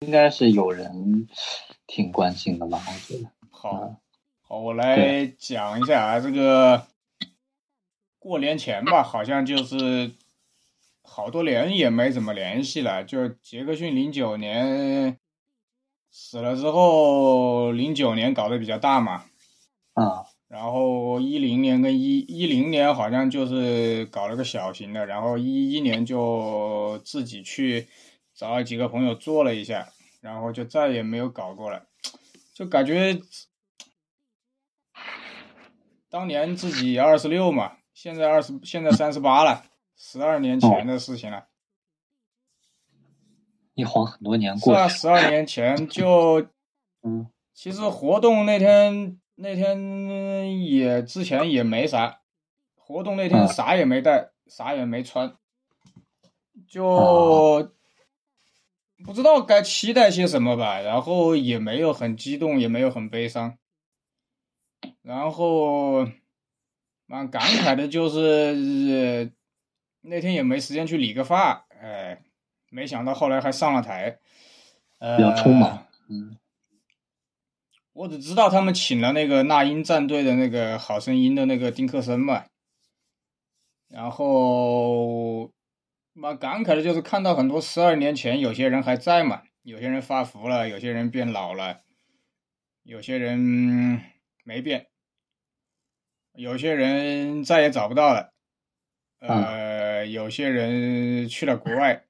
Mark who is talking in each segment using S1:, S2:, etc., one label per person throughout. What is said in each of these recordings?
S1: 应该是有人挺关心的吧？我觉得。
S2: 好，好，我来讲一下啊，这个过年前吧，好像就是好多年也没怎么联系了。就杰克逊零九年死了之后，零九年搞得比较大嘛，
S1: 啊，
S2: 然后一零年跟一一零年好像就是搞了个小型的，然后一一年就自己去找几个朋友做了一下，然后就再也没有搞过了，就感觉当年自己二十六嘛，现在二十现在三十八了，十二年前的事情了。
S1: 一晃很多年
S2: 是
S1: 过去
S2: 啊，
S1: 了。
S2: 十二年前就，
S1: 嗯，
S2: 其实活动那天那天也之前也没啥，活动那天
S1: 嗯
S2: 啥也没带，啥也没穿，就
S1: 哦
S2: 不知道该期待些什么吧。然后也没有很激动，也没有很悲伤，然后蛮感慨的就是、呃那天也没时间去理个发，哎，没想到后来还上了台。呃，
S1: 比较匆忙嗯，
S2: 我只知道他们请了那个那英战队的那个《好声音》的那个丁克森嘛，然后蛮感慨的就是看到很多十二年前有些人还在嘛，有些人发福了，有些人变老了，有些人没变，有些人再也找不到了，呃，有些人去了国外，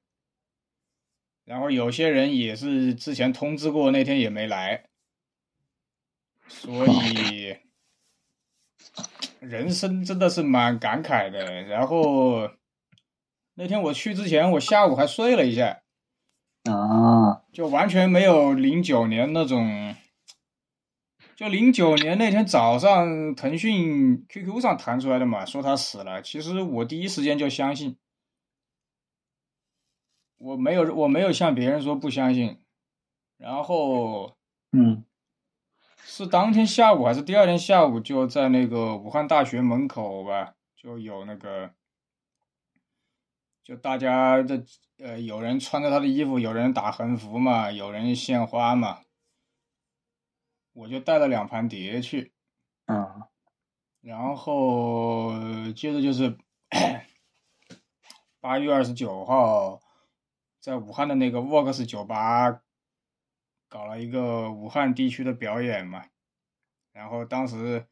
S2: 然后有些人也是之前通知过，那天也没来，所以人生真的是蛮感慨的。然后那天我去之前，我下午还睡了一下，
S1: 啊，
S2: 就完全没有零九年那种。就零九年那天早上，腾讯 QQ 上弹出来的嘛，说他死了。其实我第一时间就相信，我没有我没有向别人说不相信。然后
S1: 嗯，
S2: 是当天下午还是第二天下午，就在那个武汉大学门口吧，就有那个，就大家的呃，有人穿着他的衣服，有人打横幅嘛，有人献花嘛，我就带了两盘碟去，
S1: 啊，
S2: 然后接着就是八月二十九号，在武汉的那个沃克斯酒吧搞了一个武汉地区的表演嘛，然后当时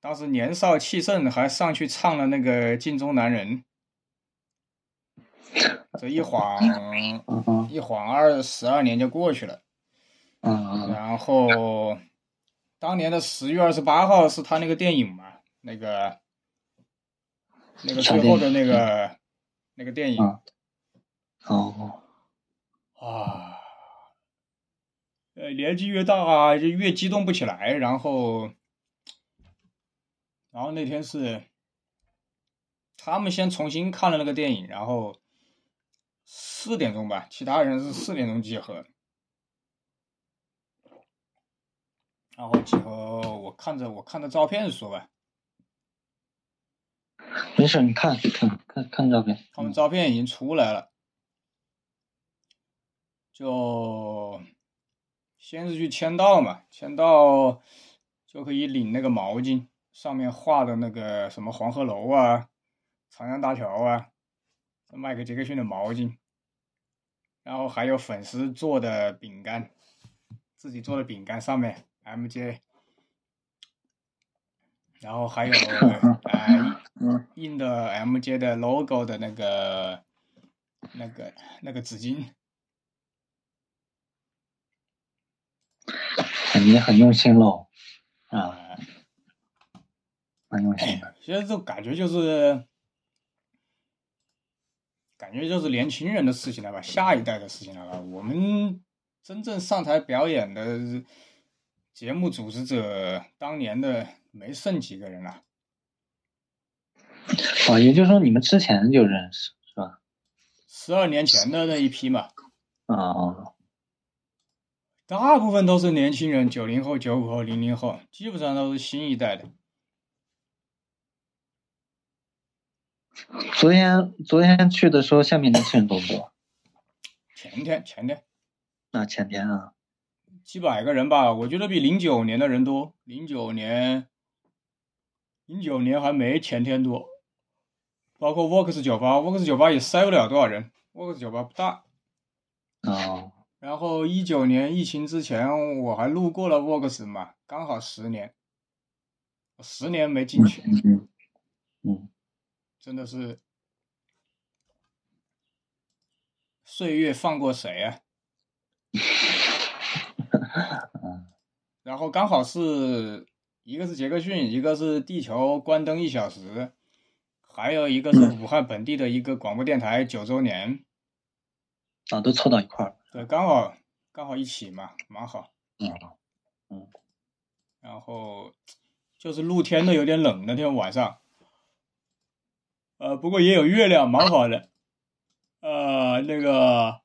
S2: 当时年少气盛，还上去唱了那个《镜中男人》，这一晃
S1: 啊啊
S2: 一晃二十二年就过去了。
S1: 啊啊
S2: 然后当年的十月二十八号是他那个电影嘛，那个那个最后的那个那个电影
S1: 嗯啊哦，
S2: 啊，呃，年纪越大啊，就越激动不起来。然后，然后那天是他们先重新看了那个电影，然后四点钟吧，其他人是四点钟集合。然后集合，我看着我看着照片说吧，
S1: 没事，你看看看看照片。
S2: 他们照片已经出来了，就先是去签到嘛，签到就可以领那个毛巾，上面画的那个什么黄鹤楼啊、长江大桥啊，迈克杰克逊的毛巾，然后还有粉丝做的饼干，自己做的饼干上面 MJ。然后还有，呃，
S1: 嗯
S2: 印的 MJ 的 logo 的那个、那个、那个纸巾，
S1: 嗯，你很用心喽，啊，
S2: 啊，
S1: 很用心的。
S2: 哎其实这种感觉就是，感觉就是年轻人的事情了吧，下一代的事情了吧。我们真正上台表演的节目组织者，当年的没剩几个人了。
S1: 哦，也就是说你们之前就认识是吧？
S2: 十二年前的那一批嘛，
S1: 啊啊
S2: 大部分都是年轻人，九零后、九五后、零零后，基本上都是新一代的。
S1: 昨 天昨天去的时候，下面年轻人多不多？
S2: 前天，前天，
S1: 那前天啊，
S2: 几百个人吧，我觉得比零九年的人多。零九年，零九年还没前天多。包括 Vox 酒吧，Vox 酒吧也塞不了多少人，Vox 酒吧不大。
S1: 哦，
S2: 然后一九年疫情之前，我还路过了 Vox 嘛，刚好十年，我十年没进去，
S1: 嗯嗯，
S2: 真的是岁月放过谁啊？ 然后刚好是一个是杰克逊，一个是地球关灯一小时，还有一个是武汉本地的一个广播电台九周年，
S1: 啊，都凑到一块儿了。
S2: 对，呃刚好刚好一起嘛，蛮好。
S1: 嗯
S2: 然后就是露天的有点冷，那天晚上，呃，不过也有月亮，蛮好的。呃，那个，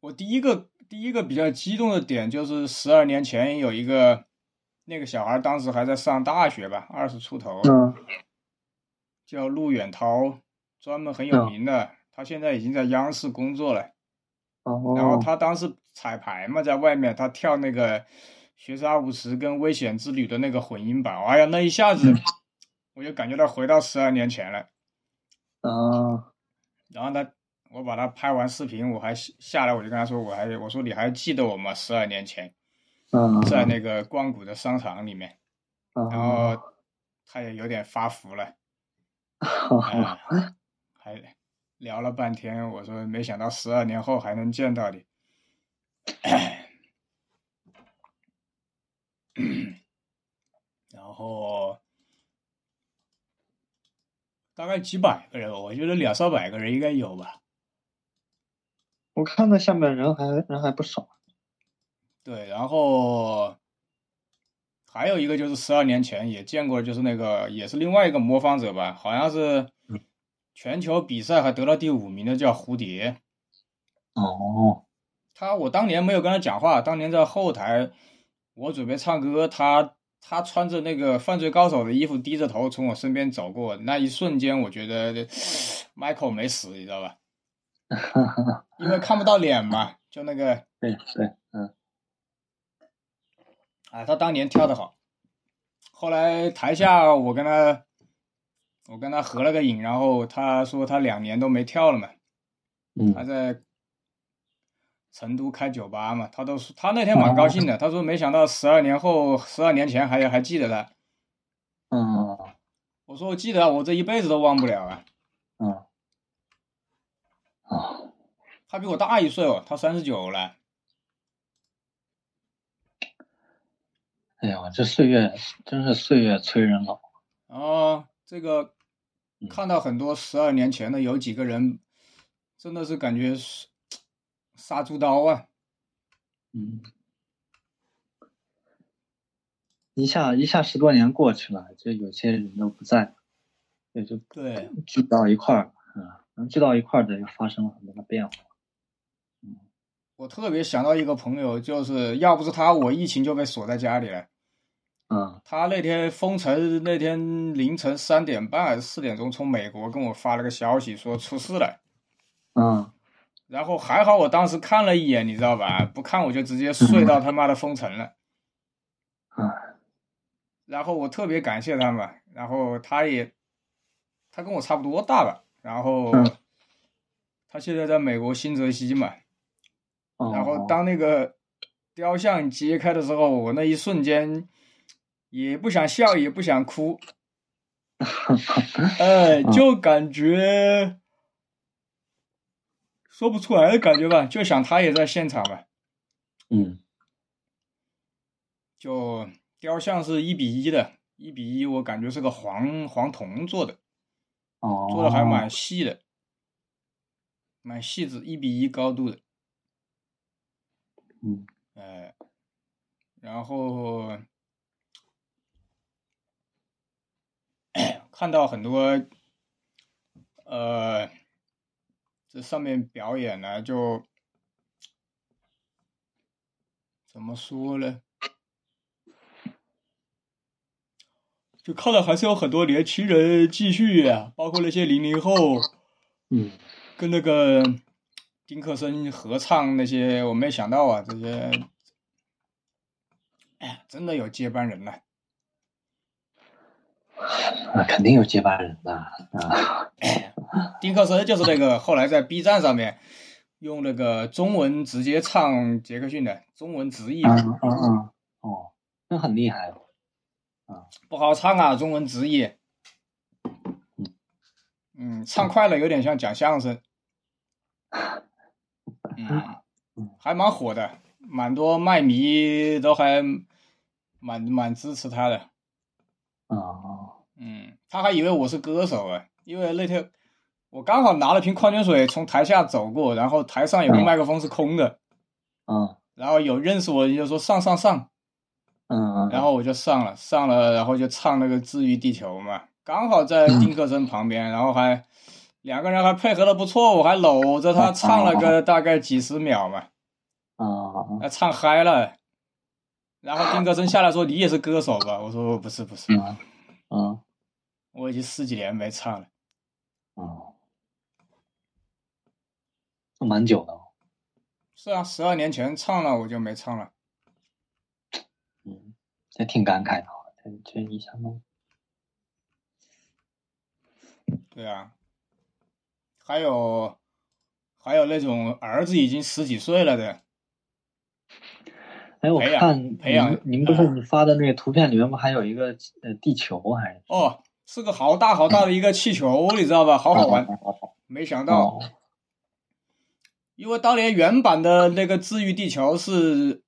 S2: 我第一个第一个比较激动的点就是十二年前有一个那个小孩，当时还在上大学吧，二十出头，
S1: 嗯
S2: 叫陆远涛，专门很
S1: 嗯
S2: 有名的，他现在已经在央视工作了。然后
S1: 哦，
S2: 他当时彩排嘛，在外面他跳那个《学渣五十》跟《危险之旅》的那个混音版，哎呀，那一下
S1: 嗯
S2: 子我就感觉到回到十二年前了。
S1: 啊，
S2: 然后他，我把他拍完视频，我还下下来，我就跟他说，我还我说你还记得我吗？十二年前
S1: 嗯，
S2: 在那个光谷的商场里面，然
S1: 啊，
S2: 后他也有点发福了，
S1: 哈哈，
S2: 哎，还聊了半天，我说没想到十二年后还能见到你。然后大概几百个人，我觉得两三百个人应该有吧。
S1: 我看到下面人还人还不少。
S2: 对，然后还有一个就是十二年前也见过，就是那个也是另外一个模仿者吧，好像是全球比赛还得了第五名的，叫蝴蝶。
S1: 哦，
S2: 他我当年没有跟他讲话，当年在后台，我准备唱歌，他他穿着那个犯罪高手的衣服，低着头从我身边走过，那一瞬间我觉得 Michael 没死，你知道吧？
S1: 哈哈，
S2: 因为看不到脸嘛，就那个
S1: 对对，嗯
S2: 啊，他当年跳的好，后来台下我跟他我跟他合了个影，然后他说他两年都没跳了嘛，他
S1: 嗯，
S2: 在成都开酒吧嘛，他都说他那天蛮
S1: 哦
S2: 高兴的，他说没想到十二年后，十二年前还有还记得他。
S1: 嗯
S2: 我说我记得啊，我这一辈子都忘不了啊。
S1: 嗯，啊，
S2: 他比我大一岁哦，他三十九了。
S1: 哎呀，这岁月真是岁月催人老。
S2: 然后这个
S1: 嗯
S2: 看到很多十二年前的有几个人，真的是感觉是杀猪刀啊。
S1: 嗯，一下一下十多年过去了，就有些人都不在了，也就
S2: 对，
S1: 聚到一块儿了，啊，能聚到一块儿的又发生了很多的变化。
S2: 我特别想到一个朋友，就是要不是他，我疫情就被锁在家里了。
S1: 啊，
S2: 他那天封城那天凌晨三点半还是四点钟从美国跟我发了个消息说出事了，
S1: 嗯，
S2: 然后还好我当时看了一眼，你知道吧？不看我就直接睡到他妈的封城了。
S1: 啊，
S2: 然后我特别感谢他们，然后他也，他跟我差不多大吧，然后
S1: 嗯
S2: 他现在在美国新泽西嘛，
S1: 哦，
S2: 然后当那个雕像揭开的时候，我那一瞬间也不想笑，也不想哭，哎，就感觉说不出来的感觉吧，就想他也在现场吧。
S1: 嗯
S2: 就雕像是一比一的，一比一，我感觉是个黄黄铜做的，
S1: 哦，
S2: 做的还蛮细的，蛮细致，一比一高度的。
S1: 嗯
S2: 呃，然后看到很多，呃，这上面表演呢，就怎么说呢？就看到还是有很多年轻人继续啊，包括那些零零后
S1: 嗯
S2: 跟那个丁克森合唱那些，我没想到啊，这些，哎呀，真的有接班人了。
S1: 啊，肯定有接班人的啊。
S2: 丁克森就是那个后来在 B 站上面用那个中文直接唱杰克逊的中文直译，
S1: 嗯嗯嗯，哦，那很厉害。哦
S2: 不好唱啊，中文直译。嗯，唱快了有点像讲相声。嗯，还蛮火的，蛮多麦迷都还蛮蛮支持他的。
S1: 啊、哦，
S2: 嗯，他还以为我是歌手哎，因为那天我刚好拿了瓶矿泉水从台下走过，然后台上有个麦克风是空的，
S1: 嗯
S2: 然后有认识我的人就说上上上，
S1: 嗯，
S2: 然后我就上了，上了，然后就唱那个《治愈地球》嘛，刚好在丁克森旁边，然后还两个人还配合的不错，我还搂着他唱了个大概几十秒嘛，
S1: 啊啊
S2: 那唱嗨了。然后丁克森下来说：“你也是歌手吧？”我说：“哦不是，不是，
S1: 啊啊
S2: 我已经十几年没唱了。
S1: 啊，这蛮久的哦。”
S2: 是啊，十二年前唱了，我就没唱了。
S1: 嗯，这挺感慨的哦，这这一想到，
S2: 对啊，还有还有那种儿子已经十几岁了的，
S1: 哎，我
S2: 培养
S1: 看
S2: 培养呃
S1: 您您不是你发的那个图片里面不还有一个呃地球还是
S2: 哦，是个好大好大的一个气球，你知道吧？好好玩，
S1: 哦
S2: 没想到，因为当年原版的那个《治愈地球》是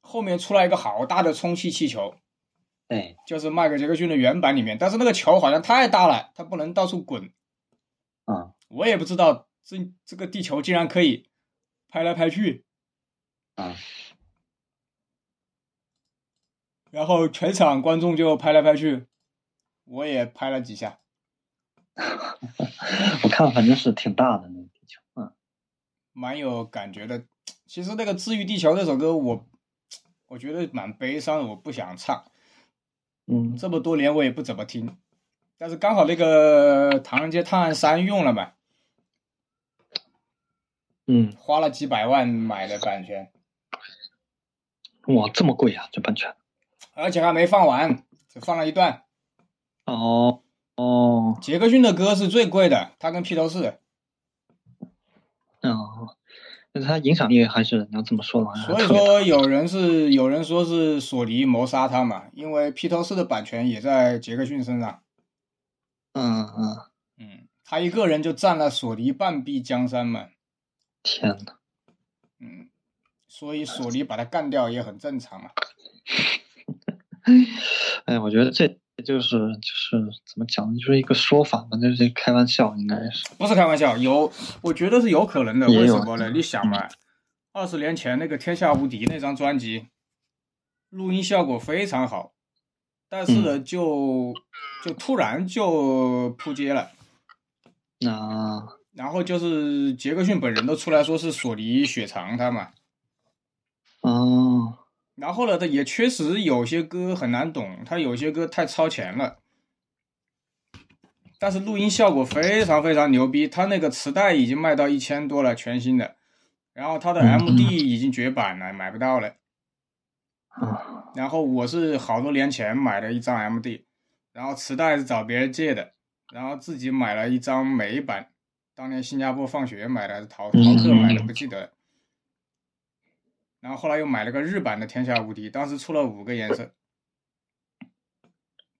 S2: 后面出来一个好大的充气气球，
S1: 对，
S2: 就是迈克尔杰克逊的原版里面，但是那个球好像太大了，它不能到处滚，
S1: 嗯
S2: 我也不知道这这个地球竟然可以拍来拍去，
S1: 嗯
S2: 然后全场观众就拍来拍去，我也拍了几下。
S1: 我看反正是挺大的那个地球，嗯
S2: 蛮有感觉的。其实那个《治愈地球》这首歌我，我觉得蛮悲伤的，我不想唱。
S1: 嗯
S2: 这么多年我也不怎么听，但是刚好那个《唐人街探案三》用了嘛，
S1: 嗯，
S2: 花了几百万买的版权，
S1: 哇，这么贵啊，这版权？
S2: 而且还没放完，只放了一段。
S1: 哦哦
S2: 杰克逊的歌是最贵的，他跟披头士，
S1: 哦，那它影响力还是你要这么说的话，
S2: 所以
S1: 啊特别大
S2: 说有人是有人说是索尼谋杀他嘛，因为披头士的版权也在杰克逊身上。
S1: 嗯嗯，
S2: 嗯，他一个人就占了索尼半壁江山嘛。
S1: 天呐，
S2: 嗯，所以索尼把他干掉也很正常嘛。
S1: 哎，我觉得这就是就是怎么讲，就是一个说法吧，就是开玩笑，应该是，
S2: 不是开玩笑，有，我觉得是有可能的。
S1: 也有
S2: 为什么呢？你想嘛，二十年前那个《天下无敌》那张专辑，录音效果非常好，但是
S1: 嗯
S2: 呢，就就突然就扑街了。
S1: 那
S2: 然后就是杰克逊本人都出来说是索尼雪藏他嘛。
S1: 哦，
S2: 然后呢，他也确实有些歌很难懂，他有些歌太超前了，但是录音效果非常非常牛逼，他那个磁带已经卖到一千多了，全新的，然后他的
S1: 嗯
S2: MD 已经绝版了，买不到了。
S1: 啊
S2: 然后我是好多年前买的一张 MD，然后磁带是找别人借的，然后自己买了一张美版，当年新加坡放学买的还是逃逃课买的，不记得了。然后后来又买了个日版的《天下无敌》，当时出了五个颜色，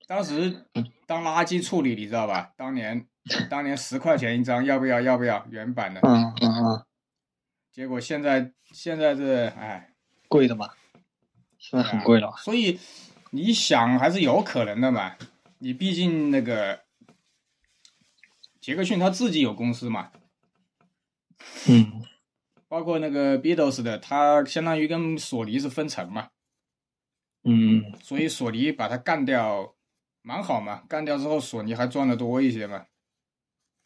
S2: 当时当垃圾处理，你知道吧？当年当年十块钱一张，要不要？要不要？原版的，
S1: 嗯嗯嗯，
S2: 结果现在现在这哎，
S1: 贵的吧？现在很贵了吧？
S2: 所以你想还是有可能的嘛。你毕竟那个杰克逊他自己有公司嘛，
S1: 嗯
S2: 包括那个 Beatles 的，他相当于跟索尼是分层嘛，
S1: 嗯
S2: 所以索尼把他干掉，蛮好嘛。干掉之后，索尼还赚的多一些嘛。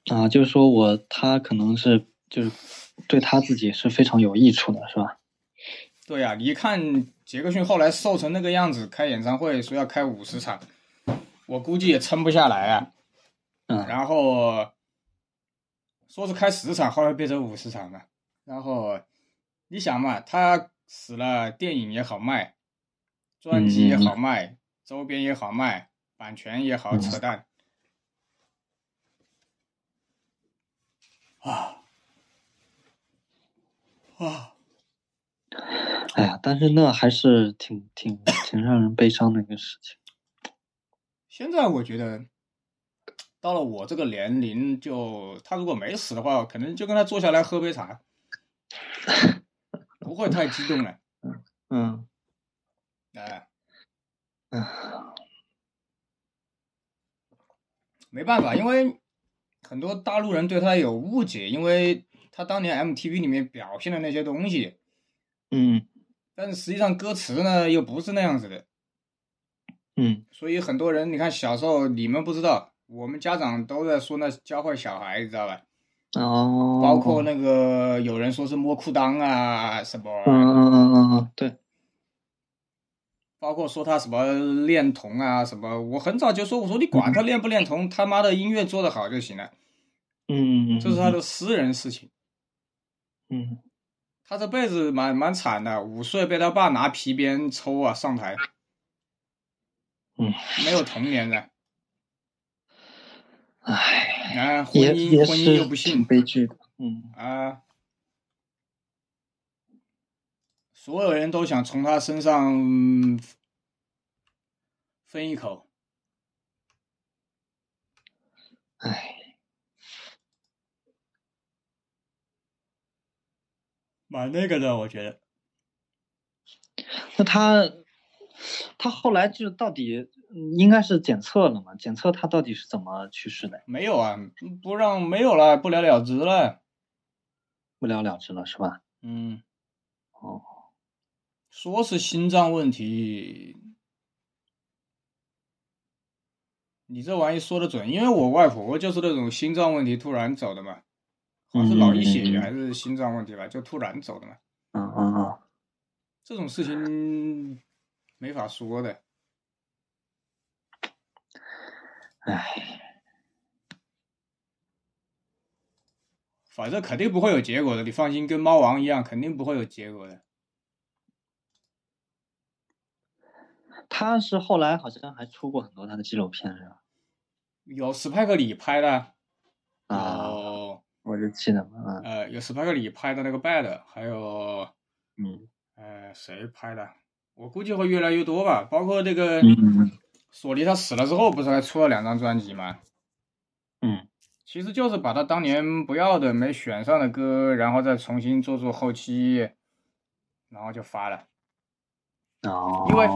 S1: 啊，就是说我他可能是就是对他自己是非常有益处的，是吧？
S2: 对呀、你一看杰克逊后来瘦成那个样子，开演唱会说要开五十场，我估计也撑不下来啊。
S1: 嗯
S2: 然后说是开十场，后来变成五十场了。然后你想嘛，他死了，电影也好卖，专辑也好卖，周边也好卖，版权也好扯淡。啊啊！
S1: 哎呀，但是那还是挺挺挺让人悲伤的一个事情。
S2: 现在我觉得，到了我这个年龄就，他如果没死的话，可能就跟他坐下来喝杯茶，不会太激动了。
S1: 嗯
S2: 哎，
S1: 嗯
S2: 没办法，因为很多大陆人对他有误解，因为他当年 MTV 里面表现的那些东西，
S1: 嗯
S2: 但是实际上歌词呢又不是那样子的。
S1: 嗯
S2: 所以很多人，你看小时候你们不知道，我们家长都在说那教坏小孩，你知道吧？
S1: 哦，
S2: 包括那个有人说是摸裤裆啊什
S1: 嗯
S2: 么，
S1: 嗯嗯嗯嗯，对，
S2: 包括说他什么恋童啊什么。我很早就说，我说你管他恋不恋童，他妈的音乐做得好就行了，
S1: 嗯，
S2: 这是他的私人事情。
S1: 嗯，
S2: 他这辈子蛮蛮惨的，五岁被他爸拿皮鞭抽啊上台，
S1: 嗯，
S2: 没有童年的，
S1: 哎，
S2: 啊，婚
S1: 也也
S2: 姻婚姻
S1: 是
S2: 又不幸
S1: 挺，悲剧的，嗯
S2: 啊，所有人都想从他身上嗯分一口，
S1: 哎，
S2: 蛮那个的，我觉得。
S1: 那他他后来就到底嗯应该是检测了嘛？检测他到底是怎么去世的？
S2: 没有啊，不让没有了，不了了之了。
S1: 不了了之了是吧？
S2: 嗯，
S1: 哦，
S2: 说是心脏问题，你这玩意说的准，因为我外婆就是那种心脏问题突然走的嘛，好像是脑溢血还是心脏问题吧，就突然走的嘛。
S1: 嗯嗯嗯，
S2: 这种事情没法说的。
S1: 哎，
S2: 反正肯定不会有结果的，你放心，跟猫王一样，肯定不会有结果的。
S1: 他是后来好像还出过很多他的纪录片是吧？
S2: 有史派克里拍的，
S1: 啊，
S2: 有
S1: 我就记得啊了，
S2: 呃有史派克里拍的那个 Bad，还有
S1: 嗯
S2: 呃谁拍的？我估计会越来越多吧，包括这个
S1: 嗯嗯
S2: 索尼，他死了之后不是还出了两张专辑吗？
S1: 嗯
S2: 其实就是把他当年不要的、没选上的歌，然后再重新做做后期，然后就发了。
S1: 嗯，哦，
S2: 因为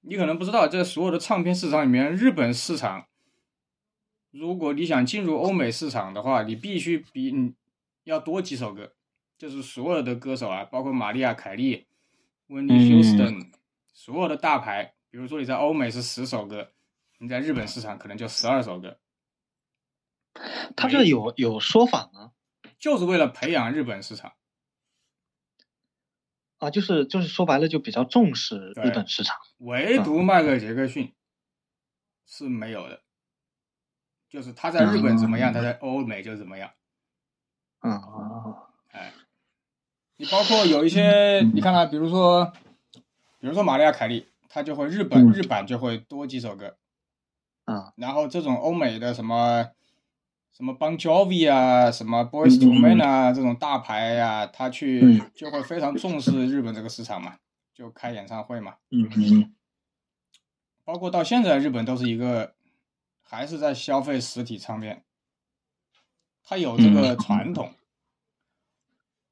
S2: 你可能不知道，在所有的唱片市场里面，日本市场，如果你想进入欧美市场的话，你必须比你要多几首歌，就是所有的歌手啊，包括玛丽亚·凯莉、温妮·休斯顿，所有的大牌，比如说你在欧美是十首歌，你在日本市场可能就十二首歌，
S1: 他这有有说法吗？
S2: 就是为了培养日本市场。
S1: 啊，就是就是说白了就比较重视
S2: 对
S1: 日本市场。
S2: 唯独迈克尔·杰克逊是没有的，就是他在日本怎么样，他在欧美就怎么样。
S1: 嗯啊
S2: 你包括有一些，
S1: 嗯
S2: 你看啊，比如说，比如说玛利亚凯莉，她就会日本
S1: 嗯
S2: 日版就会多几首歌，
S1: 啊
S2: 然后这种欧美的什么什么 Bon Jovi 啊，什么 Boys
S1: 嗯
S2: to Men 啊，这种大牌呀、他去
S1: 嗯
S2: 就会非常重视日本这个市场嘛，就开演唱会嘛，
S1: 嗯嗯
S2: 包括到现在日本都是一个还是在消费实体唱片，它有这个
S1: 嗯
S2: 传统，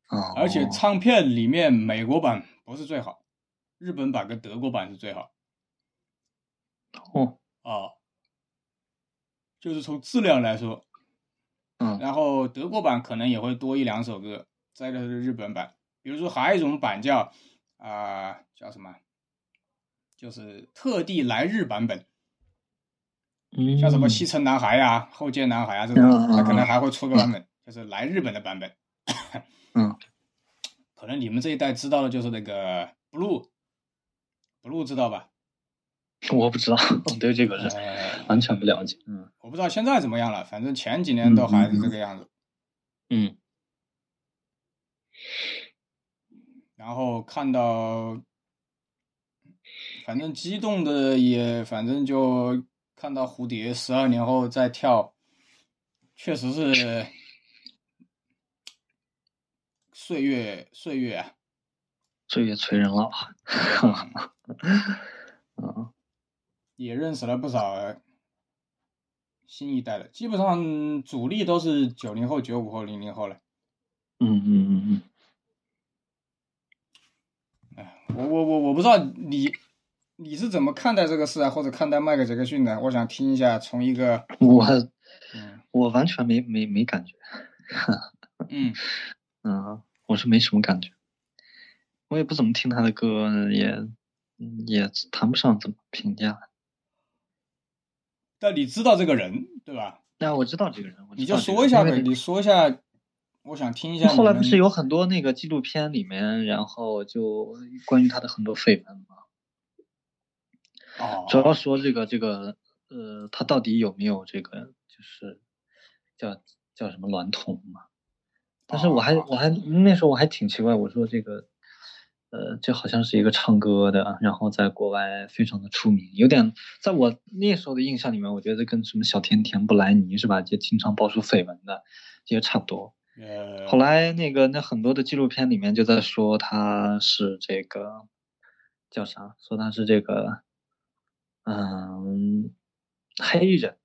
S1: 啊，
S2: 而且唱片里面美国版不是最好，日本版跟德国版是最好
S1: 哦
S2: 啊，就是从质量来说，
S1: 嗯
S2: 然后德国版可能也会多一两首歌，再一个就是日本版，比如说还有一种版叫啊、叫什么，就是特地来日版本，
S1: 嗯，
S2: 像什么西城男孩呀、后街男孩啊这
S1: 嗯
S2: 种，
S1: 嗯嗯
S2: 他可能还会出个版本，就是来日本的版本。
S1: 嗯
S2: 可能你们这一代知道的就是那个 blue，blue 知道吧？
S1: 我不知道，我对这个是
S2: 呃，
S1: 完全不了解。嗯
S2: 我不知道现在怎么样了，反正前几年都还是这个样子。
S1: 嗯
S2: 然后看到，反正激动的也，反正就看到蝴蝶十二年后再跳，确实是岁月岁月啊，
S1: 岁月催人老啊。嗯，
S2: 也认识了不少新一代的，基本上主力都是九零后、九五后、零零后了。
S1: 嗯嗯嗯嗯，
S2: 我我我我不知道你你是怎么看待这个事啊，或者看待迈克尔杰克逊的？我想听一下从一个
S1: 我
S2: 嗯
S1: 我完全没没没感觉，
S2: 嗯
S1: 嗯，我是没什么感觉，我也不怎么听他的歌，也嗯也谈不上怎么评价。
S2: 但你知道这个人对吧？
S1: 那我知道这个人，我
S2: 你
S1: 知
S2: 就
S1: 道这个
S2: 说一下
S1: 人
S2: 呗，
S1: 因为
S2: 你说一下，我想听一下你们。
S1: 后来不是有很多那个纪录片里面，然后就关于他的很多绯闻嘛，
S2: 哦
S1: 主要说这个这个呃，他到底有没有这个就是叫叫什么娈童嘛？但是我还
S2: 哦
S1: 我还那时候我还挺奇怪，我说这个呃，这好像是一个唱歌的，啊然后在国外非常的出名，有点在我那时候的印象里面，我觉得跟什么小甜甜布莱尼是吧，就经常爆出绯闻的，这些差不多。
S2: 呃
S1: 后来那个那很多的纪录片里面就在说他是这个叫啥？说他是这个嗯黑人，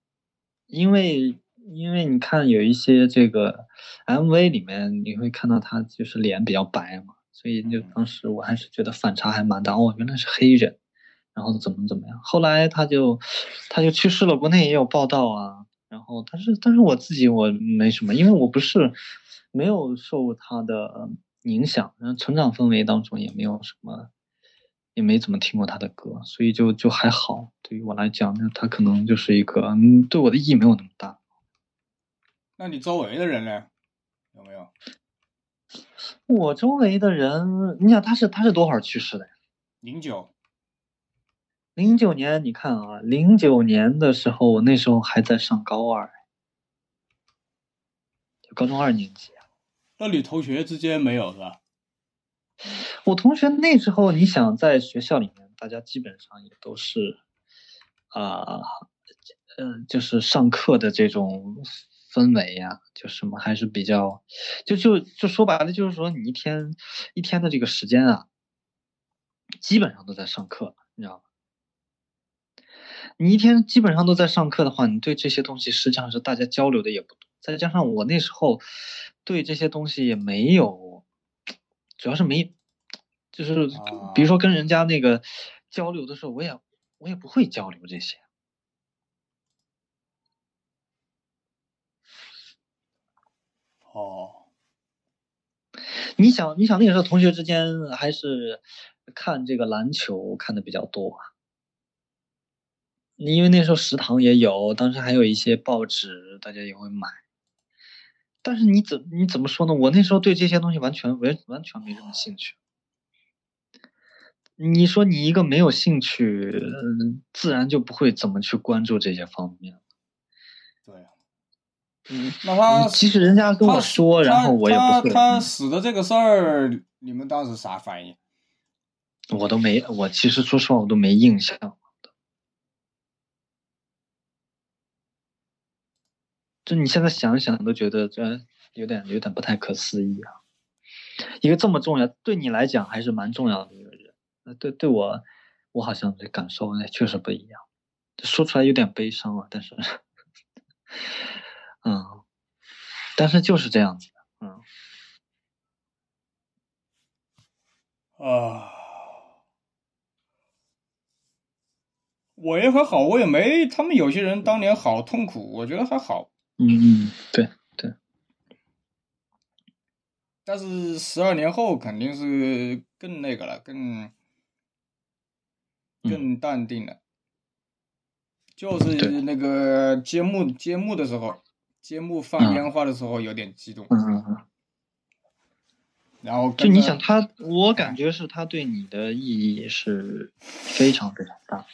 S1: 因为因为你看有一些这个 MV 里面你会看到他就是脸比较白嘛，所以就
S2: 嗯
S1: 当时我还是觉得反差还蛮大哦，原来是黑人，然后怎么怎么样。后来他就他就去世了，国内也有报道啊。然后，但是但是我自己我没什么，因为我不是没有受他的影响，然后成长氛围当中也没有什么，也没怎么听过他的歌，所以就就还好。对于我来讲，那他可能就是一个，嗯，对我的意义没有那么大。
S2: 那你周围的人呢？有没有？
S1: 我周围的人，你想他是他是多少去世的呀？
S2: 零九
S1: 零九年，你看啊，零九年的时候，我那时候还在上高二，就高中二年级。啊
S2: 那你同学之间没有是吧？
S1: 我同学那时候，你想在学校里面，大家基本上也都是，啊、呃，就是上课的这种氛围呀、就什么还是比较，就就就说白了，就是说你一天一天的这个时间啊，基本上都在上课，你知道吗？你一天基本上都在上课的话，你对这些东西实际上是大家交流的也不多，再加上我那时候对这些东西也没有，主要是没，就是
S2: 啊
S1: 比如说跟人家那个交流的时候，我也我也不会交流这些。
S2: 哦，
S1: 你想，你想那个时候同学之间还是看这个篮球看的比较多啊。你因为那时候食堂也有，当时还有一些报纸，大家也会买。但是你怎你怎么说呢？我那时候对这些东西完全完完全没什么兴趣。你说你一个没有兴趣，嗯自然就不会怎么去关注这些方面。
S2: 对，啊
S1: 嗯，
S2: 那他
S1: 即使人家跟我说，
S2: 他
S1: 然后我也不会。嗯
S2: 他他死的这个事儿，你们当时啥反应？
S1: 我都没，我其实说实话，我都没印象。就你现在想一想，都觉得这有点有点不太可思议啊！一个这么重要，对你来讲还是蛮重要的一个人，呃对对我，我好像这感受哎确实不一样。说出来有点悲伤啊，但是， 嗯，但是就是这样子。
S2: 啊，我也很好，我也没他们有些人当年好痛苦，我觉得还好。
S1: 嗯嗯，对，
S2: 但是十二年后肯定是更那个了，更
S1: 嗯
S2: 更淡定了。就
S1: 对
S2: 是那个揭幕揭幕的时候，揭幕放
S1: 嗯
S2: 烟花的时候有点激动，
S1: 嗯嗯嗯。
S2: 然后
S1: 就
S2: 跟
S1: 你
S2: 着
S1: 想他，我感觉是他对你的意义是非常非常大的，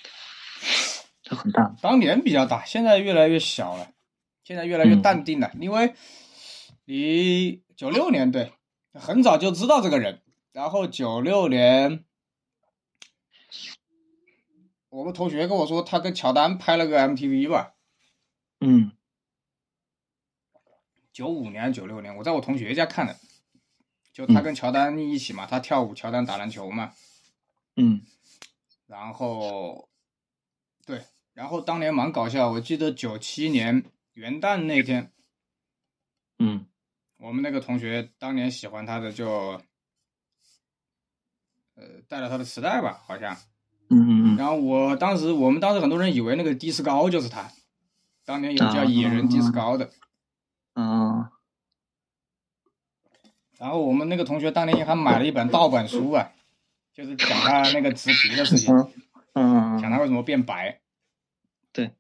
S1: 这很大的。
S2: 当年比较大，现在越来越小了，现在越来越淡定了，因为你九六年对，很早就知道这个人，然后九六年，我们同学跟我说，他跟乔丹拍了个 MTV 吧。
S1: 嗯，
S2: 九五年、九六年，我在我同学家看的，就他跟乔丹一起嘛，他跳舞，乔丹打篮球嘛。
S1: 嗯，
S2: 然后，对，然后当年蛮搞笑，我记得九七年元旦那天，
S1: 嗯，
S2: 我们那个同学当年喜欢他的就，呃，带了他的磁带吧，好像。
S1: 嗯嗯嗯，
S2: 然后我当时，我们当时很多人以为那个迪斯高就是他，当年有叫野人迪斯高的。
S1: 啊，
S2: 然后我们那个同学当年还买了一本盗版书啊，就是讲他那个植皮的事情，
S1: 嗯嗯，
S2: 讲他为什么变白。
S1: 对。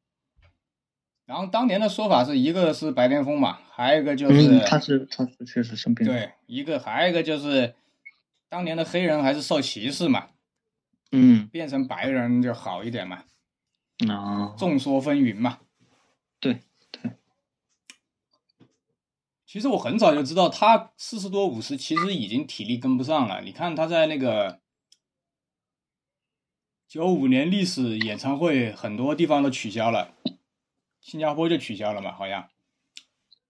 S2: 然后当年的说法是一个是白癜风嘛，还有一个就
S1: 嗯
S2: 是，
S1: 他是他是确实生病了，
S2: 对，一个还有一个就是，当年的黑人还是受歧视嘛，
S1: 嗯
S2: 变成白人就好一点嘛，
S1: 啊，
S2: 众说纷纭嘛。
S1: 对对。
S2: 其实我很早就知道他四十多五十，其实已经体力跟不上了。你看他在那个九五年历史演唱会，很多地方都取消了，新加坡就取消了嘛，好像。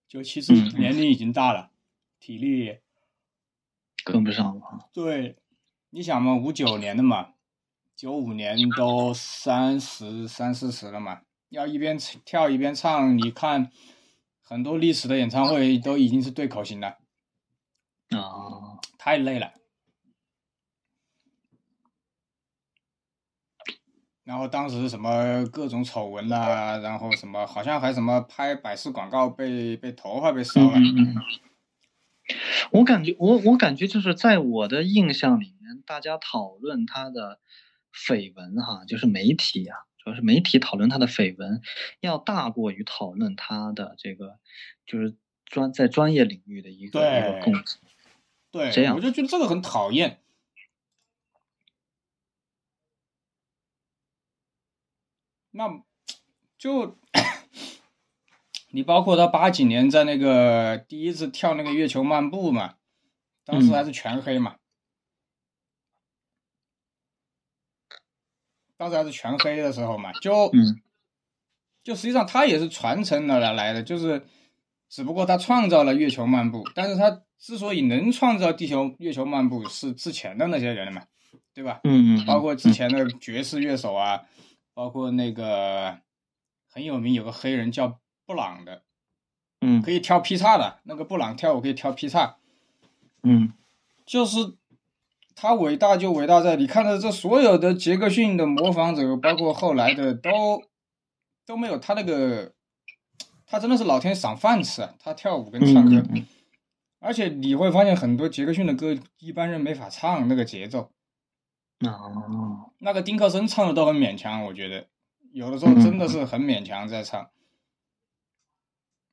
S2: 就其实
S1: 嗯嗯
S2: 年龄已经大了，体力
S1: 跟不上了啊，
S2: 对，你想嘛，五九年的嘛，九五年都三十三四十了嘛，要一边跳一边唱，你看很多历史的演唱会都已经是对口型了，
S1: 啊，
S2: 太累了。然后当时什么各种丑闻啦、然后什么好像还什么拍百事广告被被头发被烧
S1: 嗯
S2: 了，
S1: 嗯嗯，我感觉我我感觉就是在我的印象里面，大家讨论他的绯闻哈，就是媒体啊，主要是媒体讨论他的绯闻，要大过于讨论他的这个就是专在专业领域的一个一个
S2: 对
S1: 贡献。
S2: 对，
S1: 这样
S2: 我就觉得这个很讨厌。那就你包括他八几年在那个第一次跳那个月球漫步嘛，当
S1: 嗯
S2: 时还是全黑嘛，当时还是全黑的时候嘛，就
S1: 嗯
S2: 就实际上他也是传承而来的，就是只不过他创造了月球漫步，但是他之所以能创造地球月球漫步，是之前的那些人嘛，对吧？
S1: 嗯嗯，
S2: 包括之前的爵士乐手啊，包括那个很有名有个黑人叫布朗的，
S1: 嗯
S2: 可以跳劈叉的那个布朗跳舞可以跳劈叉，
S1: 嗯
S2: 就是他伟大就伟大在你看到这所有的杰克逊的模仿者，包括后来的都都没有他那个，他真的是老天赏饭吃，啊！他跳舞跟唱歌，
S1: 嗯嗯
S2: 而且你会发现很多杰克逊的歌一般人没法唱那个节奏，
S1: 嗯啊，
S2: 那个丁克森唱的都很勉强，我觉得有的时候真的是很勉强在唱，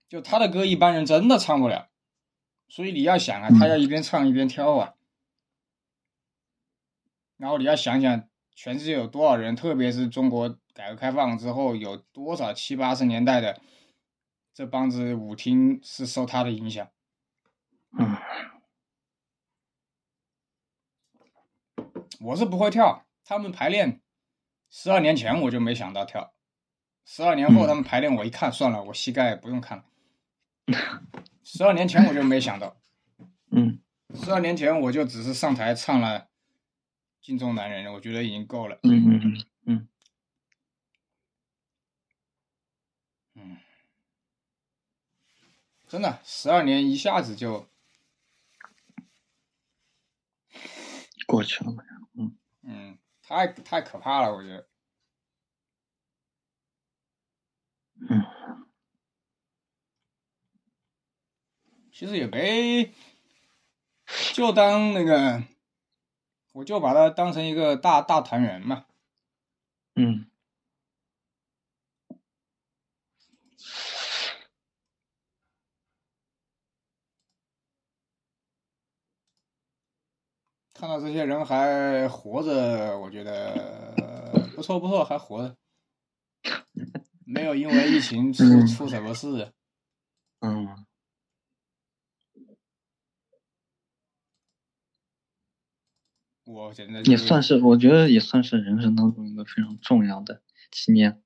S2: 就他的歌一般人真的唱不了，所以你要想啊，他要一边唱一边挑啊，然后你要想想全世界有多少人，特别是中国改革开放之后有多少七八十年代的这帮子舞厅是受他的影响。
S1: 嗯
S2: 我是不会跳，他们排练，十二年前我就没想到跳，十二年后
S1: 嗯
S2: 他们排练，我一看算了，我膝盖不用看了。十二年前我就没想到，
S1: 嗯
S2: 十二年前我就只是上台唱了《镜中男人》，我觉得已经够了。
S1: 嗯嗯嗯，
S2: 嗯，真的，十二年一下子就，
S1: 过去了嘛，
S2: 嗯，太太可怕了，我觉得。
S1: 嗯
S2: 其实也没，就当那个，我就把它当成一个大大团圆嘛。
S1: 嗯
S2: 看到这些人还活着，我觉得呃不错不错，还活着，没有因为疫情出
S1: 嗯
S2: 出什么事。嗯
S1: 嗯
S2: 我简直
S1: 也算是我觉得也算是人生当中一个非常重要的纪念。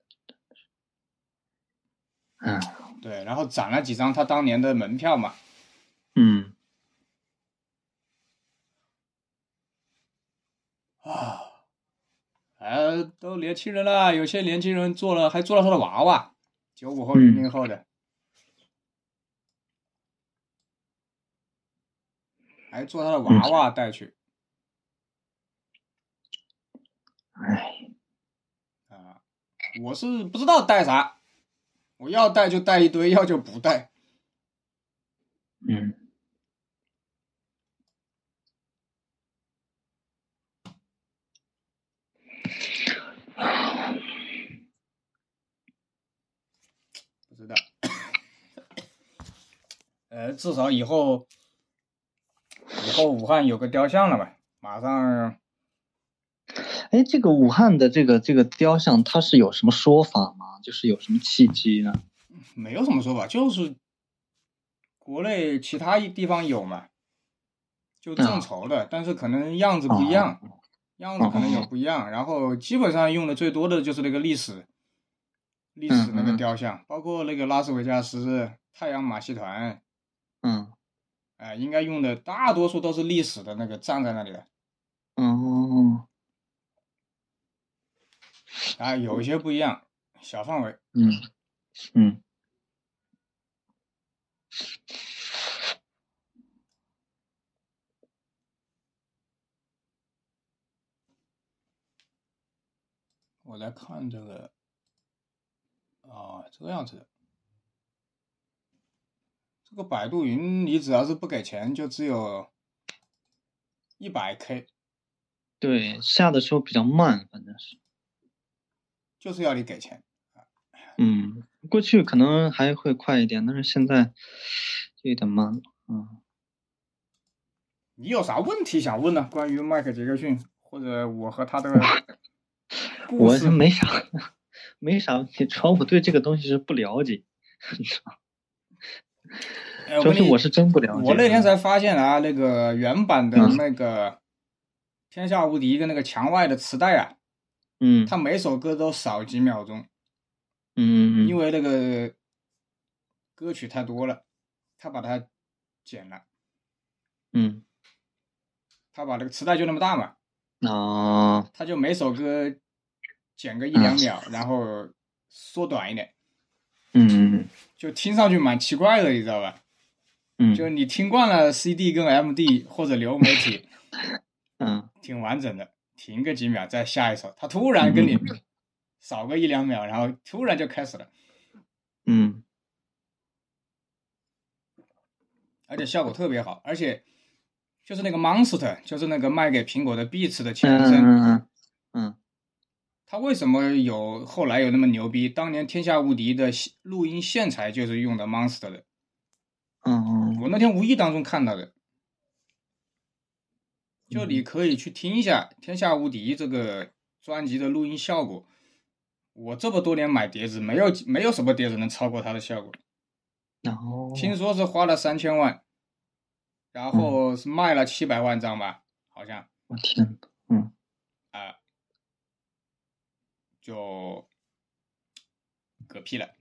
S1: 嗯
S2: 对，然后攒了几张他当年的门票嘛，
S1: 嗯，
S2: 啊，哎，都年轻人了，有些年轻人做了还做了他的娃娃，九五后、零零后的，还做他的娃娃带去
S1: 哎，
S2: 啊，我是不知道带啥，我要带就带一堆，要就不带。
S1: 嗯，
S2: 不知道。呃，至少以后，以后武汉有个雕像了嘛，马上
S1: 哎，这个武汉的这个这个雕像，它是有什么说法吗？就是有什么契机呢？
S2: 没有什么说法，就是国内其他一地方有嘛，就
S1: 嗯
S2: 正愁的，但是可能样
S1: 哦
S2: 子不一样，样子可能有不一样。然后基本上用的最多的就是那个历史，历史
S1: 嗯
S2: 那
S1: 嗯
S2: 个
S1: 嗯
S2: 雕像，包括那个拉斯维加斯太阳马戏团，
S1: 嗯，
S2: 哎、应该用的大多数都是历史的那个站在那里的。
S1: 哦，
S2: 啊，有一些不一样，小范围。
S1: 嗯，嗯，
S2: 我来看这个，啊，这个样子的。这个百度云，你只要是不给钱，就只有一百 K，
S1: 对，下的时候比较慢，反正是，
S2: 就是要你给钱。
S1: 嗯，过去可能还会快一点，但是现在就有点慢了，嗯
S2: 你有啥问题想问呢？关于迈克杰克逊或者我和他的故
S1: 我
S2: 事
S1: 是？没啥， 没啥问题，主要我对这个东西是不了解，
S2: 哎
S1: 主
S2: 我
S1: 要
S2: 跟
S1: 是
S2: 你
S1: 我是真不了解。
S2: 我那天才发现啊，那个原版的
S1: 嗯
S2: 那个《天下无敌》跟那个墙外的磁带啊，
S1: 嗯，
S2: 它每首歌都少几秒钟。
S1: 嗯嗯嗯，
S2: 因为那个歌曲太多了，他把它剪了，
S1: 嗯
S2: 他把那个磁带就那么大嘛，
S1: 啊，
S2: 他就每首歌剪个一
S1: 嗯
S2: 两秒，然后缩短一点，
S1: 嗯嗯
S2: 就听上去蛮奇怪的，你知道吧？
S1: 嗯，
S2: 就你听惯了 CD 跟 MD 或者流媒体，
S1: 嗯
S2: 挺完整的，停个几秒再下一首，他突然跟你
S1: 嗯
S2: 少个一两秒，然后突然就开始了，
S1: 嗯
S2: 而且效果特别好，而且。就是那个 Monster，就是那个卖给苹果的 Beats 的前
S1: 嗯
S2: 身，
S1: 嗯嗯
S2: 他为什么有后来有那么牛逼？当年《天下无敌》的录音线材就是用的 Monster 的，
S1: 嗯
S2: 我那天无意当中看到的。就你可以去听一下《天下无敌》这个专辑的录音效果。我这么多年买碟子，没有没有什么碟子能超过它的效果。
S1: 然后
S2: 听说是花了三千万，然后是卖了七百万张吧，好像。
S1: 我天，
S2: 啊，就嗝屁了。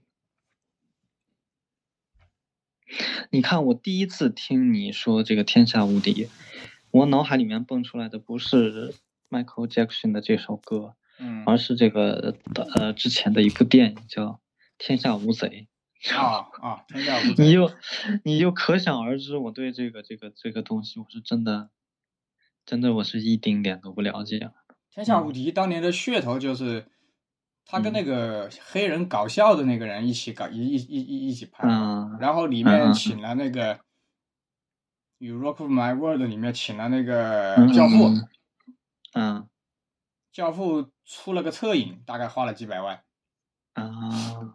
S1: 你看我第一次听你说这个天下无敌，我脑海里面蹦出来的不是 Michael Jackson 的这首歌，
S2: 嗯
S1: 而是这个呃之前的一部电影叫《天下无贼》。
S2: 啊啊，天下无
S1: 你
S2: 贼。
S1: 就你就可想而知，我对这个这个这个东西，我是真的，真的我是一丁点都不了解。啊
S2: 天
S1: 嗯
S2: 下无敌当年的噱头就是，他跟那个黑人搞笑的那个人一起搞一一一一一起拍，
S1: 嗯
S2: 然后里
S1: 嗯嗯
S2: 面
S1: 嗯
S2: 请了那个《You Rock My World》里面请了那个
S1: 嗯
S2: 教父，
S1: 嗯
S2: 教父出了个侧影，大概花了几百万，
S1: 啊，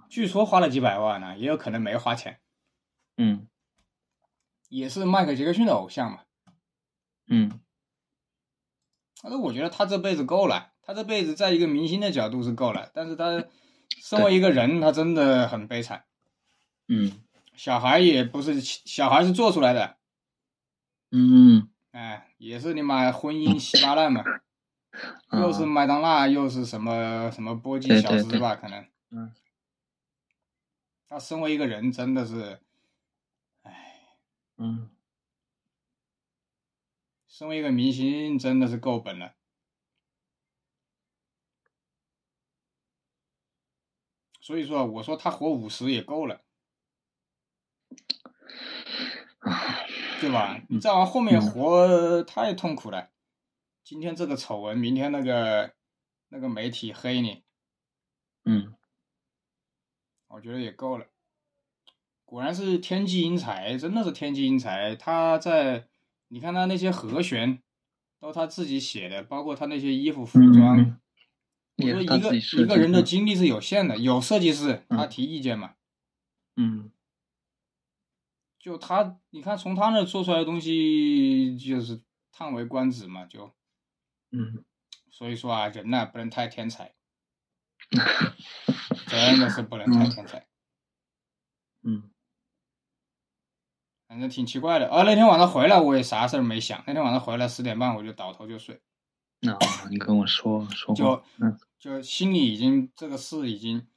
S2: 据说花了几百万呢、也有可能没花钱，
S1: 嗯
S2: 也是迈克杰克逊的偶像嘛。
S1: 嗯
S2: 但是我觉得他这辈子够了，他这辈子在一个明星的角度是够了，但是他身为一个人，他真的很悲惨。
S1: 嗯
S2: 小孩也不是，小孩是做出来的，
S1: 嗯
S2: 哎，也是你妈婚姻稀巴烂嘛，又是麦当娜，又是什么什么波记
S1: 嗯对
S2: 小
S1: 对
S2: 吃
S1: 对
S2: 吧，可能。
S1: 嗯。
S2: 他身为一个人，真的是，
S1: 嗯，
S2: 身为一个明星，真的是够本了。所以说，我说他活五十也够了，对吧？你再往后面活太痛苦了。今天这个丑闻，明天那个那个媒体黑你，
S1: 嗯，
S2: 我觉得也够了。果然是天际英才，真的是天际英才。他在，你看他那些和弦，都他自己写的，包括他那些衣服、服
S1: 嗯
S2: 装。
S1: 嗯
S2: 我
S1: 也
S2: 说
S1: 是
S2: 一
S1: 他自
S2: 个
S1: 己设
S2: 一个
S1: 计
S2: 人的
S1: 的
S2: 精力是有限的，有设计师他
S1: 嗯
S2: 提意见嘛，
S1: 嗯
S2: 就他，你看从他那做出来的东西就是叹为观止嘛，就
S1: 嗯，
S2: 所以说啊，人呐、不能太 天才，真的是不能太天才。
S1: 嗯
S2: 反正挺奇怪的。啊，那天晚上回来我也啥事儿没想，那天晚上回来十点半我就倒头就睡，
S1: 那、你跟我说说
S2: 就
S1: 过，嗯
S2: 就心里已经这个事已经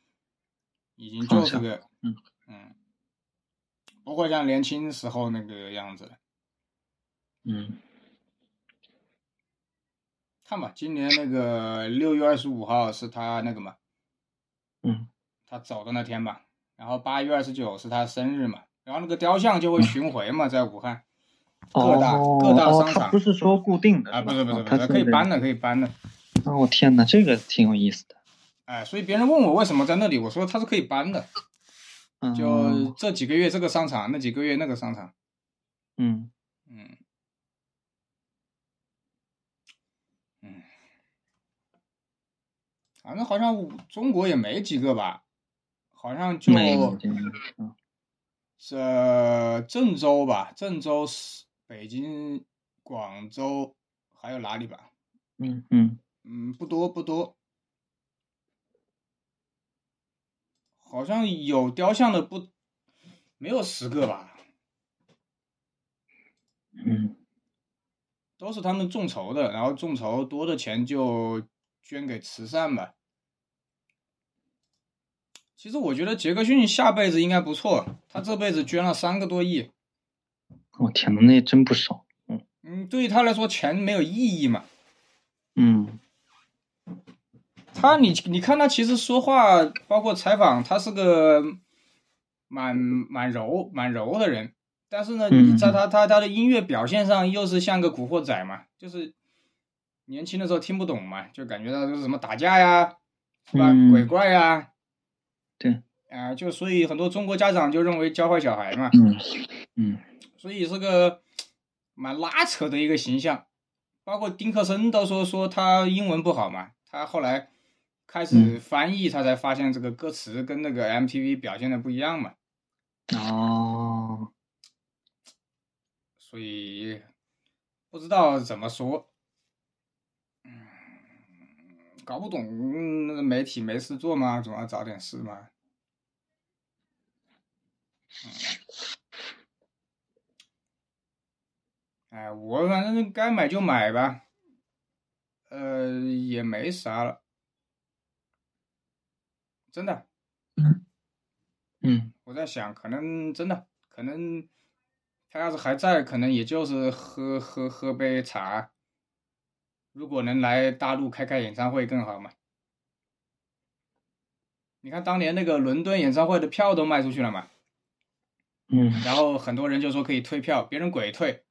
S2: 已经
S1: 放
S2: 就是
S1: 下
S2: 个
S1: 嗯
S2: 嗯，不会像年轻时候那个样子了。
S1: 嗯
S2: 看吧，今年那个六月二十五号是他那个嘛，
S1: 嗯
S2: 他走的那天嘛，然后八月二十九是他生日嘛，然后那个雕像就会巡回嘛，在武汉各大
S1: 哦
S2: 各大
S1: 哦
S2: 商，
S1: 他
S2: 场
S1: 不是说固定的
S2: 啊，
S1: 是吧
S2: 不是不是
S1: 哦
S2: 不
S1: 他
S2: 是，可以搬的可以搬的，
S1: 啊！我天哪，这个挺有意思的。
S2: 哎，所以别人问我为什么在那里，我说他是可以搬的，
S1: 嗯
S2: 就这几个月这个商场，那几个月那个商场，
S1: 嗯，
S2: 嗯，嗯，反正好像我中国也没几个吧，好像就
S1: 没有这样嗯
S2: 是呃郑州吧，郑州、是北京、广州还有哪里吧？
S1: 嗯嗯
S2: 嗯，不多不多，好像有雕像的不没有十个吧，
S1: 嗯
S2: 都是他们众筹的，然后众筹多的钱就捐给慈善吧。其实我觉得杰克逊下辈子应该不错，他这辈子捐了三个多亿，
S1: 我天哪，那真不少。
S2: 嗯，对于他来说钱没有意义嘛。
S1: 嗯
S2: 他你你看他其实说话，包括采访，他是个蛮蛮柔蛮柔的人，但是呢，
S1: 嗯
S2: 你在他他他的音乐表现上又是像个古惑仔嘛，就是年轻的时候听不懂嘛，就感觉到就是什么打架呀，是吧？
S1: 嗯
S2: 鬼怪呀，
S1: 对
S2: 啊、就所以很多中国家长就认为教坏小孩嘛，
S1: 嗯嗯
S2: 所以是个蛮拉扯的一个形象。包括丁克森到时候说他英文不好嘛，他后来开始
S1: 嗯
S2: 翻译，他才发现这个歌词跟那个 MTV 表现的不一样嘛，
S1: 哦
S2: 所以不知道怎么说，嗯，搞不懂嗯那个媒体没事做嘛，总要找点事嘛。嗯，哎，我反正该买就买吧，呃，也没啥了，真的。
S1: 嗯
S2: 我在想，可能真的，可能他要是还在，可能也就是喝喝喝杯茶。如果能来大陆开开演唱会更好嘛。你看当年那个伦敦演唱会的票都卖出去了嘛，
S1: 嗯
S2: 然后很多人就说可以退票，别人鬼退，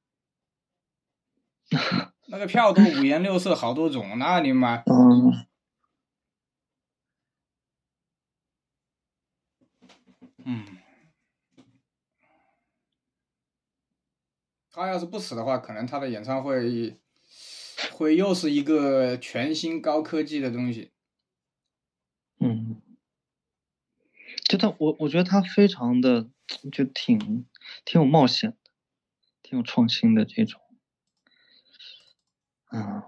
S2: 那个票都五颜六色，好多种，那你妈
S1: 嗯
S2: 嗯，他要是不死的话，可能他的演唱会会又是一个全新高科技的东西。
S1: 嗯，就他，我我觉得他非常的就挺挺有冒险的，挺有创新的这种。啊，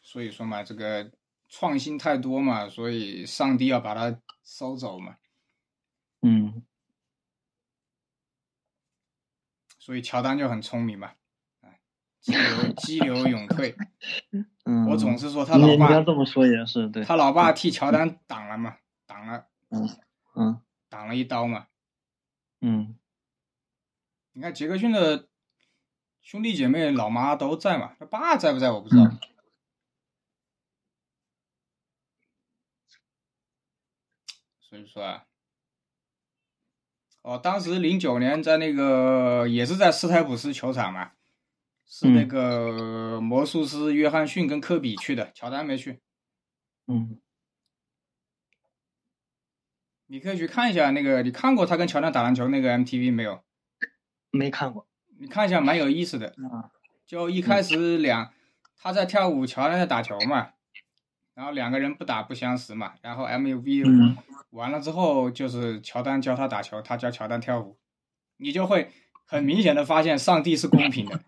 S2: 所以说嘛，这个创新太多嘛，所以上帝要把它收走嘛。
S1: 嗯
S2: 所以乔丹就很聪明嘛，哎，激流激流勇退。
S1: 嗯，
S2: 我总是说他
S1: 你
S2: 老
S1: 你要
S2: 爸
S1: 这么说也是对，
S2: 他老爸替乔丹挡了嘛，挡了
S1: 嗯
S2: 挡了一刀嘛。
S1: 嗯
S2: 你看杰克逊的兄弟姐妹老妈都在嘛，他爸在不在我不知道。
S1: 嗯
S2: 所以说啊，哦，当时零九年在那个也是在斯台普斯球场嘛，是那
S1: 嗯
S2: 个魔术师约翰逊跟科比去的，乔丹没去。
S1: 嗯，
S2: 你可以去看一下那个，你看过他跟乔丹打篮球那个 MTV 没有？
S1: 没看过
S2: 你看一下，蛮有意思的。
S1: 啊，
S2: 就一开始两他在跳舞，乔丹在打球嘛，然后两个人不打不相识嘛，然后 MUV
S1: 嗯
S2: 完了之后就是乔丹教他打球，他教乔丹跳舞，你就会很明显的发现上帝是公平的，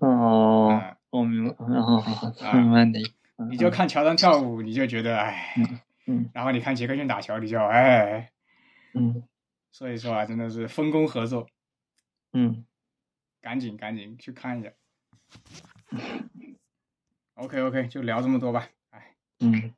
S1: 哦，
S2: 啊，
S1: 我明白，哦，
S2: 嗯啊
S1: 明白你，嗯
S2: 你就看乔丹跳舞，你就觉得哎
S1: 嗯嗯，
S2: 然后你看杰克逊打球，你就哎，
S1: 嗯
S2: 所以说啊，真的是分工合作，
S1: 嗯
S2: 赶紧赶紧去看一下。OK OK，就聊这么多吧，哎，
S1: 嗯